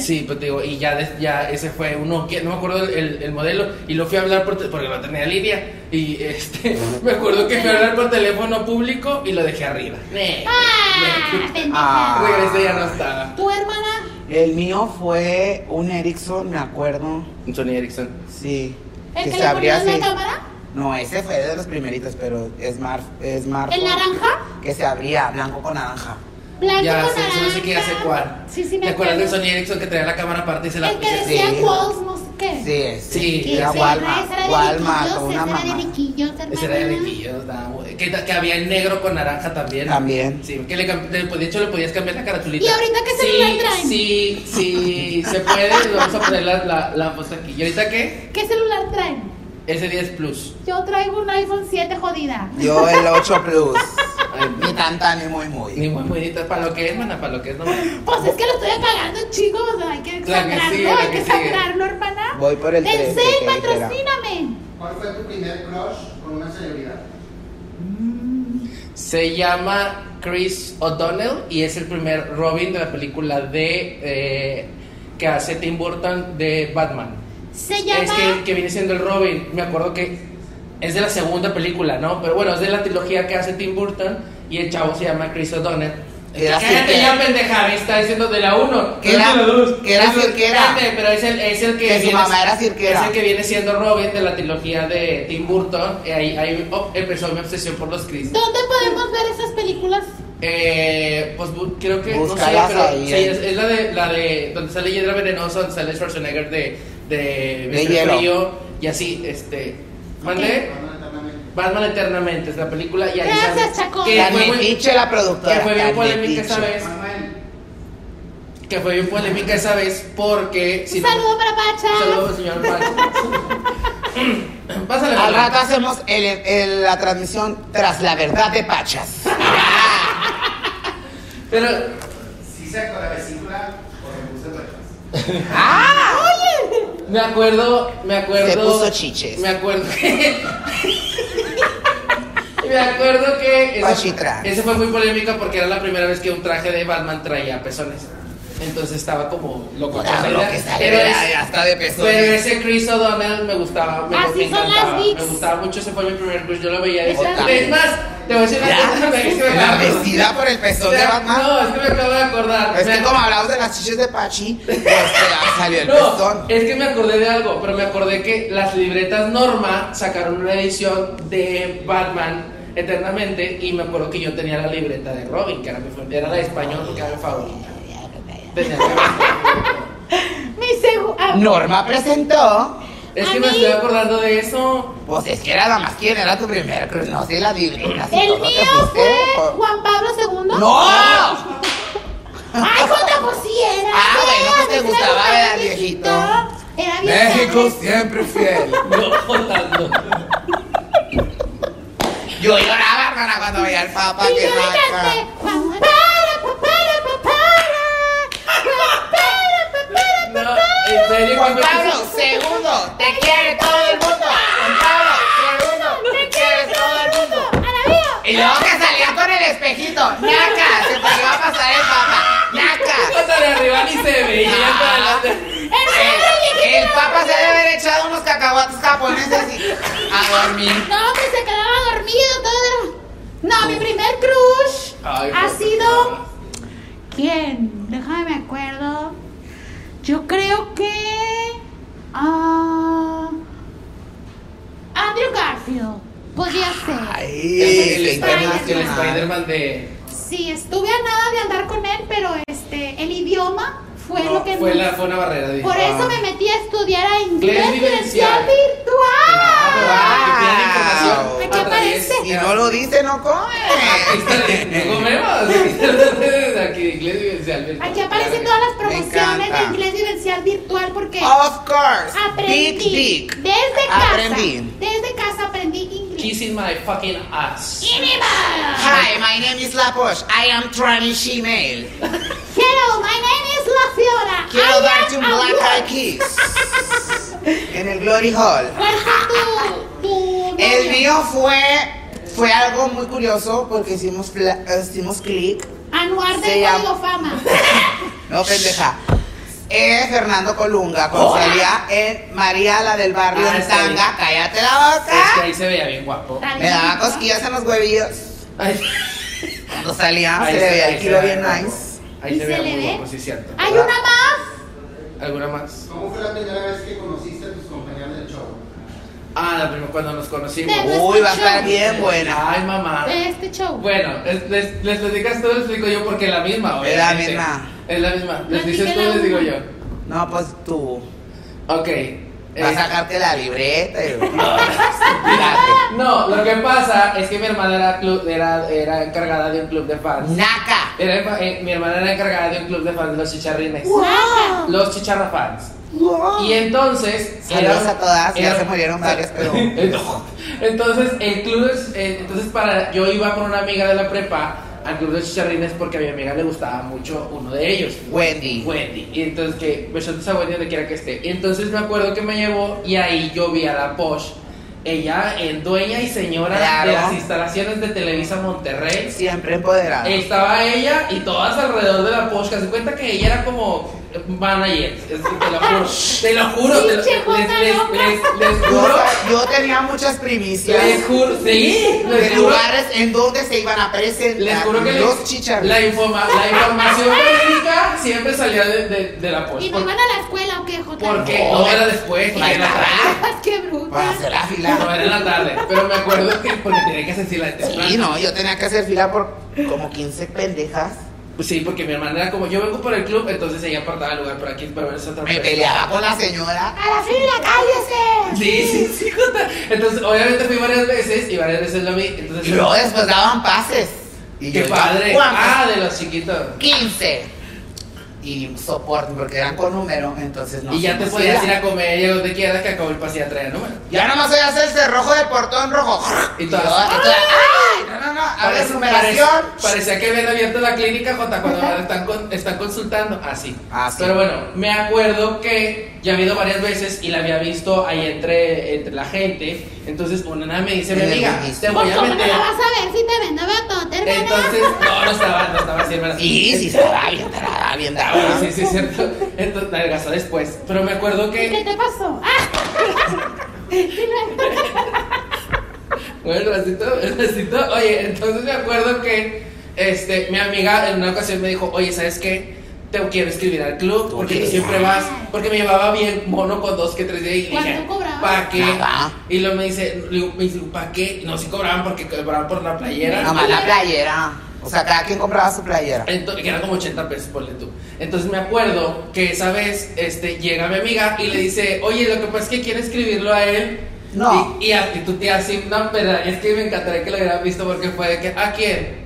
S1: Sí, pues te digo, y ya, des- ya ese fue un Nokia, no me acuerdo el, el- el modelo, y lo fui a hablar por te- porque no tenía línea, y este, me acuerdo que fui a hablar por teléfono público y lo dejé arriba. Ne-
S2: Ah,
S1: ne-
S2: pendeja.
S1: Regresé y ya no estaba.
S2: Tu hermana,
S3: El mío fue un Ericsson, me acuerdo.
S1: Sony Ericsson.
S3: Sí.
S2: el que,
S3: se
S2: le
S3: abría
S2: ponías la
S3: así.
S2: cámara,
S3: No, ese fue de los primeritos, pero smart, smartphone.
S2: el naranja,
S3: Que se abría, blanco con naranja.
S2: blanco
S1: Ya
S2: con
S1: sé,
S2: naranja.
S1: no sé qué, ya sé cuál.
S2: Sí, sí, me
S1: ¿Te acuerdas del
S2: acuerdo.
S1: Sony Ericsson que traía la cámara aparte y se la
S2: El que
S1: puse?
S2: decía
S3: Sí.
S2: Walls, no sé qué.
S3: Sí, ese.
S1: Sí,
S2: Que
S3: era
S2: ese
S3: Walmart.
S2: era de
S3: Walmart,
S2: riquillos,
S3: o
S2: ese
S3: una
S2: era de
S3: mamá.
S2: riquillos, hermana.
S1: Ese era de riquillos, nada, güey. que, que había en negro con naranja también.
S3: También.
S1: Sí, que le, cam- le- de hecho le podías cambiar la caratulita.
S2: ¿Y ahorita qué
S1: sí,
S2: celular traen?
S1: Sí, sí, se puede. Vamos a poner la, la, la foto aquí. ¿Y ahorita qué?
S2: ¿Qué celular traen?
S1: Ese 10 Plus.
S2: Yo traigo un iPhone 7 jodida.
S3: Yo el 8 Plus.
S1: Ay,
S3: ni tanta ni muy muy.
S1: Ni muy bonita. Para lo que es, hermana, para lo que es nomás.
S2: Pues es que lo estoy pagando, chicos. Hay que
S1: La que
S2: exagerarlo,
S1: sigue, la
S2: hay
S1: que
S2: que
S1: sigue.
S2: exagerarlo, hermana.
S3: Voy por el 13.
S2: Telcel,
S3: que dijera.
S2: patrocíname.
S4: ¿Cuál fue tu primer crush con una celebridad?
S1: Se llama Chris O'Donnell y es el primer Robin de la película de eh, que hace Tim Burton de Batman.
S2: Se llama.
S1: Es que, que viene siendo el Robin. Me acuerdo que es de la segunda película, ¿no? Pero bueno, es de la trilogía que hace Tim Burton y el chavo se llama Chris O'Donnell.
S3: Que era
S1: Cállate
S3: siete.
S1: ya, pendeja, me está diciendo de la 1.
S3: Que era- que era cirquera.
S1: Pero es el, es el que.
S3: Que su
S1: viene-
S3: mamá era cirquera.
S1: Es el que viene siendo Robin de la trilogía de Tim Burton. Y ahí ahí oh, empezó mi obsesión por los Chris.
S2: ¿Dónde podemos ver esas películas?
S1: Eh, pues bu- creo que
S3: Búscalas
S1: no sé, pero
S3: ahí,
S1: sí,
S3: eh.
S1: es, es la de la de donde sale Hiedra Venenosa, donde sale Schwarzenegger de de,
S3: De
S1: Mr.
S3: hielo.
S1: Frío y así, este, mandé
S4: Batman eternamente.
S1: Batman eternamente es la película y ahí
S2: Gracias,
S1: sale-
S2: Chacón.
S1: que
S3: Tan
S1: fue muy-
S3: metiche la productora.
S1: que fue bien
S3: tan
S1: polémica esa
S3: metiche.
S1: vez,
S4: Manuel,
S1: que fue bien polémica esa vez porque si
S2: Un
S1: no-
S2: saludo para Pacha.
S1: saludos, señor Paco. Pásale.
S3: Al
S1: Paco.
S3: rato hacemos el- el- la transmisión tras la verdad de Pachas.
S1: Pero
S4: ¿sí sacó la vesícula o se puso huevas?
S1: me acuerdo, me acuerdo
S3: Se puso chiches.
S1: Me acuerdo que Me acuerdo que.
S3: Pachitrán.
S1: Ese fue muy polémica porque era la primera vez que un traje de Batman traía pezones. Entonces estaba como loco.
S3: Ahora lo que sale
S1: Pero
S3: de-
S1: es-
S3: hasta de
S1: Pero
S3: pezones.
S1: ese Chris O'Donnell me gustaba, me,
S2: Así
S1: me
S2: son
S1: encantaba,
S2: las Vicks.
S1: me gustaba mucho, ese fue mi primer crush, yo lo veía y
S2: Esa-
S1: decía, es más, te voy a decir una cosa, me- es que me
S3: La
S1: acabo de-
S3: vestida por el pezón
S1: o
S3: de
S1: sea,
S3: Batman.
S1: No, es que me acabo de acordar.
S3: Es
S1: Me
S3: que
S1: ac-
S3: como hablamos de las chiches de Pachi, pues te la- salió el
S1: no,
S3: pezón.
S1: es que me acordé de algo, pero me acordé que las libretas Norma sacaron una edición de Batman eternamente y me acuerdo que yo tenía la libreta de Robin, que era mi favorita, era la de español porque era mi favorita. Tenía la-
S2: Mi segu- ah,
S3: Norma presentó.
S1: es
S2: A
S1: que me
S2: mí-
S1: estoy acordando de eso.
S3: Pues es que era nada más quién era tu primer cruz, no sé, la libreta. si
S2: El
S3: todo te
S2: mío
S3: fuiste,
S2: fue
S3: por-
S2: Juan Pablo II.
S3: ¡No!
S2: ¡Ay, Jota, pues sí era!
S3: Ah, bueno, pues
S2: A
S3: te
S2: mí sí me
S3: gustaba ver al viejito.
S2: Era bien grande.
S3: siempre fiel.
S1: No, contando.
S3: Yo lloraba, hermana, cuando veía al Papa.
S2: Y
S3: que
S2: yo le
S3: raja.
S2: canté Juan Papara, papara, papara.
S1: No, en serio,
S3: Juan
S1: que me
S3: Pablo,
S1: puse-
S3: segundo, te quiere todo el mundo. Juan Pablo, segundo, te quiere todo el mundo.
S2: ¡A la vida!
S3: Y luego que salía con el espejito, naca, se te iba a pasar el Papa, naca.
S1: Hasta de arriba ni se veía. hasta adelante.
S2: ¡El negro
S3: El,
S2: viejito!
S3: Eh, el Papa se debe haber echado unos cacahuates japoneses y a dormir.
S2: No, que se quedaba dormido todo. era- No, mi primer crush
S1: Ay,
S2: ha
S1: Jota.
S2: sido. ¿Quién? Déjame me acuerdo. Yo creo que. ah, Andrew Garfield. Podría ser.
S3: Ay,
S1: El, el,
S2: Spider-Man.
S1: Spider- el Spider-Man de.
S2: Sí, estuve a nada de andar con él, pero este, el idioma fue
S1: no,
S2: lo que
S1: fue,
S2: me-
S1: la, fue una barrera. Ah. dije.
S2: Por eso me metí a estudiar a inglés
S1: Inglés
S2: vivencial
S1: vivencial.
S2: virtual.
S1: Ah,
S3: Wow.
S1: que tiene información.
S2: ¿Qué
S1: A través-
S2: parece?
S3: Si no lo dice, no
S1: Aquí
S3: come.
S1: está, no comemos. Aquí, inglés vivencial.
S2: Aquí aparecen todas las promociones de
S3: encanta. Oh,
S2: inglés vivencial virtual porque
S3: Of course. Big
S2: aprendí
S3: dick.
S2: desde casa.
S3: Aprendí.
S2: Desde casa aprendí inglés.
S1: Kissing my fucking ass.
S2: Inima.
S3: Hi, my name is Laposh. I am Tranish Email.
S2: Hello, my name is La Fiora.
S3: Quiero
S2: I
S3: darte
S2: am
S3: un
S2: a
S3: Black
S2: woman.
S3: Eyed Kiss. En el Glory Hall.
S2: ¿Cuál fue tu, tu
S3: El
S2: novio?
S3: mío fue, fue algo muy curioso porque hicimos, fla- eh, hicimos clic.
S2: Anuar
S3: Se
S2: del
S3: llama-
S2: Código Fama.
S3: No, pendeja. Eh, Fernando Colunga, cuando salía en María la del barrio
S1: Oh. Ah,
S3: en
S1: está
S3: Tanga.
S1: bien.
S3: Cállate la
S1: Es que
S3: boca.
S1: ahí se veía bien guapo.
S2: Está
S3: Me
S2: bien,
S3: daba
S2: ¿no?
S3: cosquillas en los huevillos.
S1: Ay,
S3: Cuando
S1: ahí
S3: salía, Ah, se le veía
S1: ahí
S3: el kilo
S1: veía
S3: bien
S1: guapo.
S3: nice.
S1: Ahí
S2: ¿Y
S1: se
S2: se
S1: veía
S2: le
S1: muy
S2: ve?
S1: guapo, sí, es cierto.
S2: Hay una más.
S1: ¿Alguna más?
S4: ¿Cómo fue la primera vez que conociste a tus compañeros del show?
S1: Ah, la primera cuando nos conocimos.
S2: Te-
S3: Uy, va a estar
S2: Escucho.
S3: bien buena.
S1: Ay, mamá.
S2: De este show.
S1: Bueno, es- les, les platicas tú, les explico yo porque es la misma,
S3: Es la
S1: obviamente.
S3: misma.
S1: Es la misma. Les dices tú,
S2: Platíquela
S1: les digo
S2: una.
S1: yo.
S3: No, pues tú.
S1: Ok.
S3: Vas a
S1: eh,
S3: sacarte la libreta y... Mira,
S1: No, lo que pasa es que mi hermana era, clu- era, era encargada de un club de fans.
S3: Naca.
S1: Era enfa- eh, mi hermana era encargada de un club de fans de los chicharrines.
S2: Guau.
S1: Los chicharra fans. Y entonces.
S3: Saludos a todas, ya se murieron
S1: sal-
S3: varias, pero-
S1: entonces, el club. es- eh, entonces, para, yo iba con una amiga de la prepa al club de los chicharrines porque a mi amiga le gustaba mucho uno de ellos.
S3: Wendy.
S1: Wendy. Y entonces que besotes a Wendy donde quiera que esté. Y entonces me acuerdo que me llevó y ahí yo vi a la Posh. Ella es dueña y señora
S3: Claro.
S1: de las instalaciones de Televisa Monterrey.
S3: Siempre empoderada.
S1: Estaba ella y todas alrededor de la Posh. que Se cuenta que ella era como manager. Es- Te lo juro. Te lo juro. te lo-
S2: Pinche Jota
S1: les,
S2: loca.
S1: les- les- les
S3: Yo,
S1: juro.
S3: yo tenía muchas primicias
S1: Les juro. Sí.
S3: de
S1: Les juro.
S3: lugares en donde se iban a presentar
S1: Les juro que
S3: los
S1: les-
S3: chicharros.
S1: la, informa- la información pública siempre salía de, de- de la Posh.
S2: ¿Y no iban a la escuela o qué, Jota?
S1: Porque no, era después, porque era en la tarde.
S2: ¡Qué
S3: Para
S2: bruta!
S3: hacer la fila.
S1: No, era en la tarde. Pero me acuerdo que porque tenía que hacer la temprano.
S3: Sí, no, yo tenía que hacer fila por como 15 pendejas.
S1: Pues sí, porque mi hermana era como, yo vengo por el club, entonces ella apartaba el lugar por aquí para ver esa otra
S3: Me
S1: persona.
S3: peleaba con la señora.
S2: ¡A la fila, cállese!
S1: Sí, sí, sí, jota. Entonces, obviamente fui varias veces y varias veces lo vi. Entonces,
S3: Y luego después daban pases. Y
S1: qué
S3: yo,
S1: padre.
S3: ¿cuántos?
S1: Ah, de los chiquitos.
S3: 15. Y soporte, porque eran con número, entonces no.
S1: y pues, ya
S3: se
S1: te
S3: nos
S1: podías
S3: iba.
S1: ir a comer y a donde quieras que acabó el pase ya traía número.
S3: Ya nomás voy a hacer el cerrojo del portón rojo.
S1: Y
S3: yo,
S1: todas-
S3: y todas, ¡Ay! No, no, no.
S1: parece-
S3: numeración.
S1: parece- Parecía que habían abierto la clínica J cuando me están, con- están consultando. Así.
S3: Así.
S1: Pero bueno, me acuerdo que ya había ido varias veces y la había visto ahí entre, entre la gente. Entonces una nada me dice, mi
S3: En el
S1: amiga, te
S3: registro.
S1: voy
S2: Pues,
S1: a
S2: ¿Cómo no
S1: meter.
S2: la vas a ver si te vende vato, te hermana?
S1: Entonces, no, no estaba, no estaba así, hermana.
S3: Y si se da bien, te la da bien,
S1: Ah,
S3: daba.
S1: bueno, sí, sí, es cierto. Entonces, la adelgazó después. Pero me acuerdo
S2: ¿Y ¿Qué
S1: que.
S2: te pasó? ¡Ah!
S1: Bueno, el bracito, el bracito. Oye, entonces me acuerdo que este, mi amiga en una ocasión me dijo: Oye, ¿sabes qué? Te quiero escribir al club porque tú
S3: Oye.
S1: siempre vas. Porque me llevaba bien mono con dos que tres días. Y dije:
S2: ¿Cuánto cobraba?
S1: ¿Para qué?
S3: Nada.
S1: Y luego me dice: le digo- me dice ¿Para qué? No, sí cobraban porque cobraban por la playera.
S3: Nada más la playera. O sea, cada quien compraba su playera.
S1: Ento- que era como 80 pesos, ponle tú. Entonces me acuerdo que esa vez este, llega mi amiga y le dice, oye, lo que pasa es que quiere escribirlo a él.
S3: No.
S1: Y, y actitud tía así, no, pero es que me encantaría que lo hubieran visto porque fue de que, ¿a quién?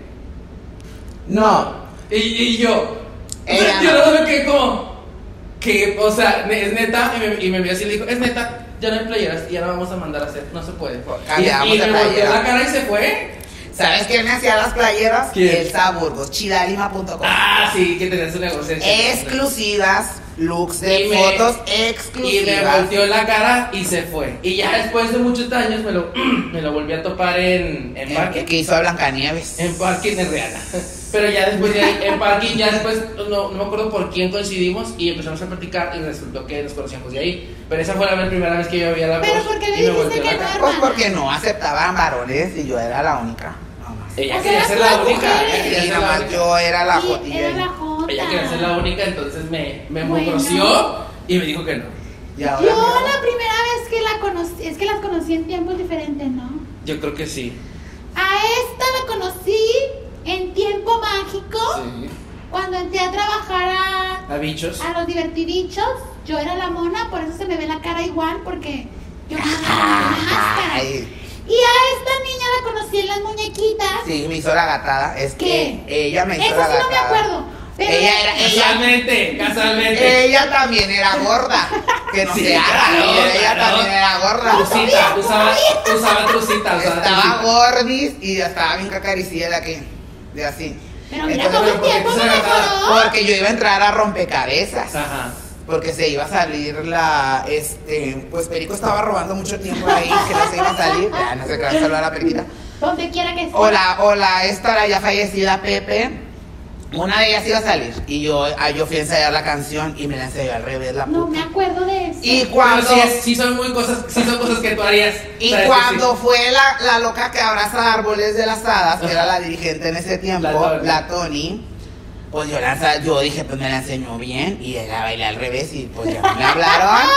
S3: No.
S1: Y, y yo,
S3: Ella
S1: yo no
S3: no.
S1: me quedé como, que, o sea, ne- es neta, y me, y me vio así y le dijo, es neta, ya no hay playeras y ya la vamos a mandar a hacer, no se puede. Y,
S3: cambiamos
S1: y
S3: de
S1: me volteó
S3: playera.
S1: la cara y se fue.
S3: ¿Sabes quién me hacía las playeras?
S1: ¿Quién?
S3: El Saburgos, chidalima.com.
S1: Ah, sí, que tenía su negocio.
S3: Exclusivas, looks de
S1: Y me-
S3: fotos
S1: Y me
S3: exclusivas.
S1: volteó la cara y se fue. Y ya después de muchos años me lo, me lo volví a topar en, en
S3: Que-
S1: parking.
S3: que hizo a Blancanieves.
S1: En parking en Real. Pero ya después de ahí, en parking, ya después, no, no me acuerdo por quién coincidimos y empezamos a platicar y resultó que nos conocíamos de ahí. Pero esa fue la vez- primera vez que yo vi a la
S2: Pero
S1: voz
S2: ¿por qué
S1: y
S2: le
S1: me
S2: dijiste
S1: volteó
S2: que
S1: la
S2: no
S1: cara.
S2: era?
S3: Pues porque no aceptaban varones y yo era la única. nada más.
S1: Ella
S2: Porque
S1: quería
S2: eras
S1: ser la
S2: una
S1: única.
S2: mujer.
S1: Ella quería
S3: Y
S1: ser
S3: nada
S1: la
S3: más
S1: única.
S3: yo era la
S2: Sí, era la
S3: jota.
S2: jota.
S1: Ella quería ser la única, entonces me, me
S2: Bueno.
S1: murmurció y me dijo que no.
S3: Y ahora.
S2: Yo la primera vez que la conocí, es que las conocí en tiempos diferentes, ¿no?
S1: Yo creo que sí.
S2: A esta la conocí en tiempo mágico,
S1: Sí.
S2: cuando entré a trabajar
S1: A bichos.
S2: a, a los divertidichos. Yo era la mona, por eso se me ve la cara igual, porque yo me máscara. Y
S3: Ay,
S2: a esta niña la conocí en las muñequitas.
S3: sí, me hizo la gatada. Es
S2: ¿Qué?
S3: que ella me hizo
S2: Eso
S3: la
S2: sí
S3: gatada.
S2: no me acuerdo. Pero
S3: Ella era-
S1: Casualmente, casualmente.
S3: Ella también era gorda. Que no
S1: Sí,
S3: se haga.
S1: claro,
S3: ella
S1: claro.
S3: también era gorda.
S1: Trucita, usaba, usaba trucita, usaba
S3: Estaba
S1: trucita.
S3: gordis y ya estaba bien cacaricida de aquí. De así.
S2: Pero mira
S3: Entonces,
S2: cómo el
S1: ¿por qué
S2: tiempo
S1: tú
S2: me
S1: se agarrabas?
S2: mejoró.
S3: Porque yo iba a entrar a rompecabezas.
S1: Ajá.
S3: Porque se iba a salir la. Este, pues Perico estaba robando mucho tiempo ahí. Que no se iba a salir. Ya, no se qué salvar a la Periquita.
S2: Donde quiera que esté.
S3: Hola, hola, esta la ya fallecida Pepe. Una de ellas iba a salir. Y yo, ah, yo fui a ensayar la canción y me la ensayó al revés la
S2: No
S3: puta.
S2: me acuerdo de eso.
S3: Y
S1: Pero
S3: cuando.
S1: sí, es- sí son muy cosas, sí son cosas que tú harías.
S3: Y
S1: Sabes que
S3: cuando
S1: sí.
S3: fue la, la loca que abraza árboles de las hadas, que era la dirigente en ese tiempo,
S1: La
S3: la
S1: Toni.
S3: Tony, pues yo, la ensa- yo dije, pues me la enseñó bien y la bailé al revés y pues ya me hablaron.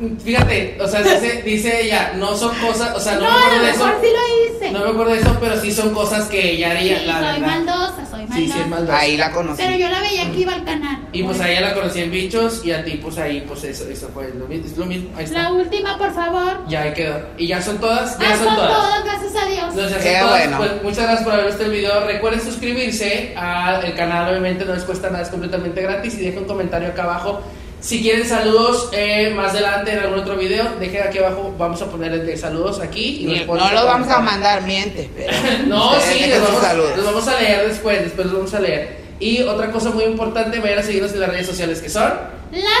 S1: Fíjate, o sea, dice, dice ella, no son cosas, o sea, no,
S2: no,
S1: me
S2: a
S1: acuerdo
S2: lo
S1: de eso.
S2: mejor sí lo hice.
S1: No me acuerdo de eso, pero sí son cosas que ella
S2: Sí,
S1: haría,
S2: soy
S1: la verdad.
S2: maldosa, soy maldosa.
S1: Sí, sí, es maldosa.
S3: Ahí la
S2: Pero
S3: conocí.
S2: yo la veía que iba al canal.
S1: Y pues a ella la conocí en bichos y a ti, pues ahí, pues eso, eso fue lo mismo. Es lo mismo, ahí
S2: La
S1: está.
S2: última, por favor.
S1: Ya ahí quedó. Y ya son todas, ya
S2: Ah,
S1: son todas.
S2: gracias a Dios.
S1: Entonces,
S3: Qué
S1: a todos,
S3: Eh, bueno.
S1: pues, muchas gracias por haber visto el video. Recuerden suscribirse al canal, obviamente no les cuesta nada, es completamente gratis. Y dejen un comentario acá abajo. Si quieren saludos eh, más adelante en algún otro video, dejen aquí abajo. Vamos a ponerles de saludos aquí. y
S3: Ni-
S1: los ponen
S3: No
S1: en
S3: lo
S1: el
S3: vamos a
S1: canal.
S3: mandar, miente. Pero
S1: No,
S3: ustedes
S1: sí,
S3: dejen
S1: los
S3: sus
S1: vamos,
S3: saludos.
S1: los vamos a leer después. Después los vamos a leer. Y otra cosa muy importante, vayan a seguirnos en las redes sociales que son.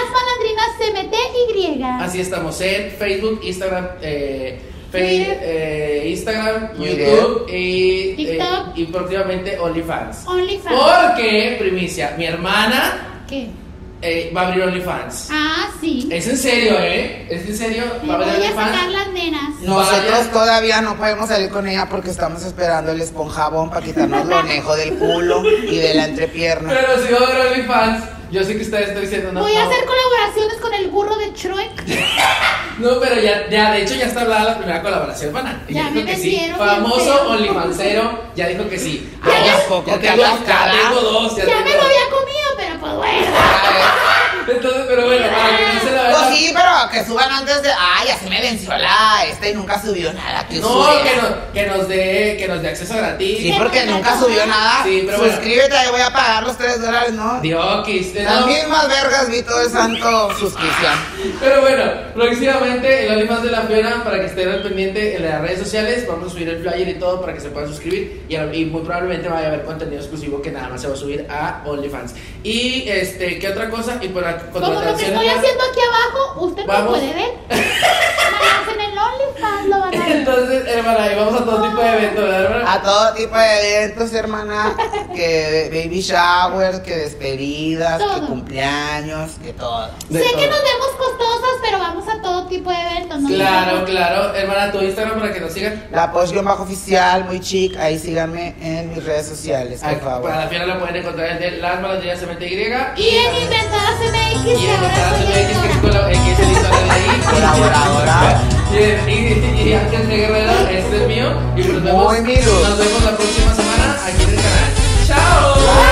S2: Las malandrinas CMTY.
S1: Así estamos en Facebook, Instagram, eh, Fe-
S2: Twitter.
S1: eh, Instagram,
S3: Twitter.
S1: YouTube y, eh,
S2: TikTok.
S1: y próximamente OnlyFans.
S2: OnlyFans.
S1: Porque, primicia, mi hermana
S2: ¿Qué?
S1: eh, va a abrir OnlyFans.
S2: Ah, sí.
S1: Es en serio, ¿eh? Es en serio,
S2: Me
S1: va a
S2: voy
S1: abrir
S2: a sacar
S1: OnlyFans.
S2: las nenas.
S3: Nosotros
S1: Vaya.
S3: todavía no podemos salir con ella porque estamos esperando el esponjabón para quitarnos lo nejo del culo y de la entrepierna.
S1: Pero si va a abrir OnlyFans, yo sé que ustedes están diciendo no.
S2: Voy a
S1: no.
S2: hacer colaboraciones con el burro de Troy.
S1: No, pero ya, ya, de hecho ya está hablada la primera colaboración, pana.
S2: Ya
S1: Ya
S2: me
S1: dijo que sí.
S2: vendieron bien
S1: Famoso
S2: feo.
S1: OnlyFansero, ya dijo que sí.
S3: Ay,
S1: Ya-
S3: poco,
S1: ya
S3: qué
S1: tengo, ya
S3: atascada.
S1: tengo dos, ya,
S2: Ya me
S1: tengo
S2: lo había comido, pero pues bueno.
S3: A ver,
S1: Entonces, pero bueno, para que no se la vayan
S3: Pues
S1: a-
S3: sí, pero que suban antes de. Ay, así me venció la esta y nunca subió nada. Que
S1: No,
S3: usura.
S1: que, no- que nos dé que nos dé acceso gratis.
S3: Sí, porque nunca subió nada.
S1: Sí, pero bueno.
S3: Suscríbete, ahí voy a pagar los 3 dólares, ¿no?
S1: Diokis, eh,
S3: Las
S1: no.
S3: mismas vergas vi todo el santo suscripción.
S1: Pero bueno, próximamente el OnlyFans de la Fiona para que estén al pendiente en las redes sociales. Vamos a subir el flyer y todo para que se puedan suscribir. Y, a- y muy probablemente vaya a haber contenido exclusivo que nada más se va a subir a OnlyFans. Y este, ¿qué otra cosa? Y por Pues la
S2: Como lo que
S1: contrataciones,
S2: estoy
S1: ¿no?
S2: haciendo aquí abajo, usted no
S1: Vamos.
S2: puede ver. Nada más en el OnlyFans lo van a ver.
S1: Entonces, hermana, ahí vamos a todo tipo
S2: Ah.
S1: de eventos, ¿verdad, hermana?
S3: A todo tipo de eventos, hermana. Que baby showers, que despedidas, que
S2: Todo.
S3: cumpleaños, que todo.
S1: De
S2: sé que
S1: todo.
S2: nos vemos costosas, pero vamos a todo tipo de eventos. ¿no?
S1: Claro, claro. Hermana, tu Instagram para que nos sigan.
S3: La post bajo oficial, muy chic. Ahí síganme en mis redes sociales, por
S1: Ah, Para
S3: favor.
S1: la Fiona la pueden encontrar en el de Las Malandrías MTY.
S2: Y en Inventadas MX,
S1: Y
S2: que
S1: en
S2: ahora
S1: Estados
S2: soy
S1: Unidos, que es
S2: editora.
S1: con la- que es el editor de ahí.
S3: Colaboradora.
S1: Bien, y- y- y Ángel de Guerrero, este es mío. Y nos vemos,
S3: Muy mío.
S1: nos vemos la próxima semana aquí en el canal. ¡Chao!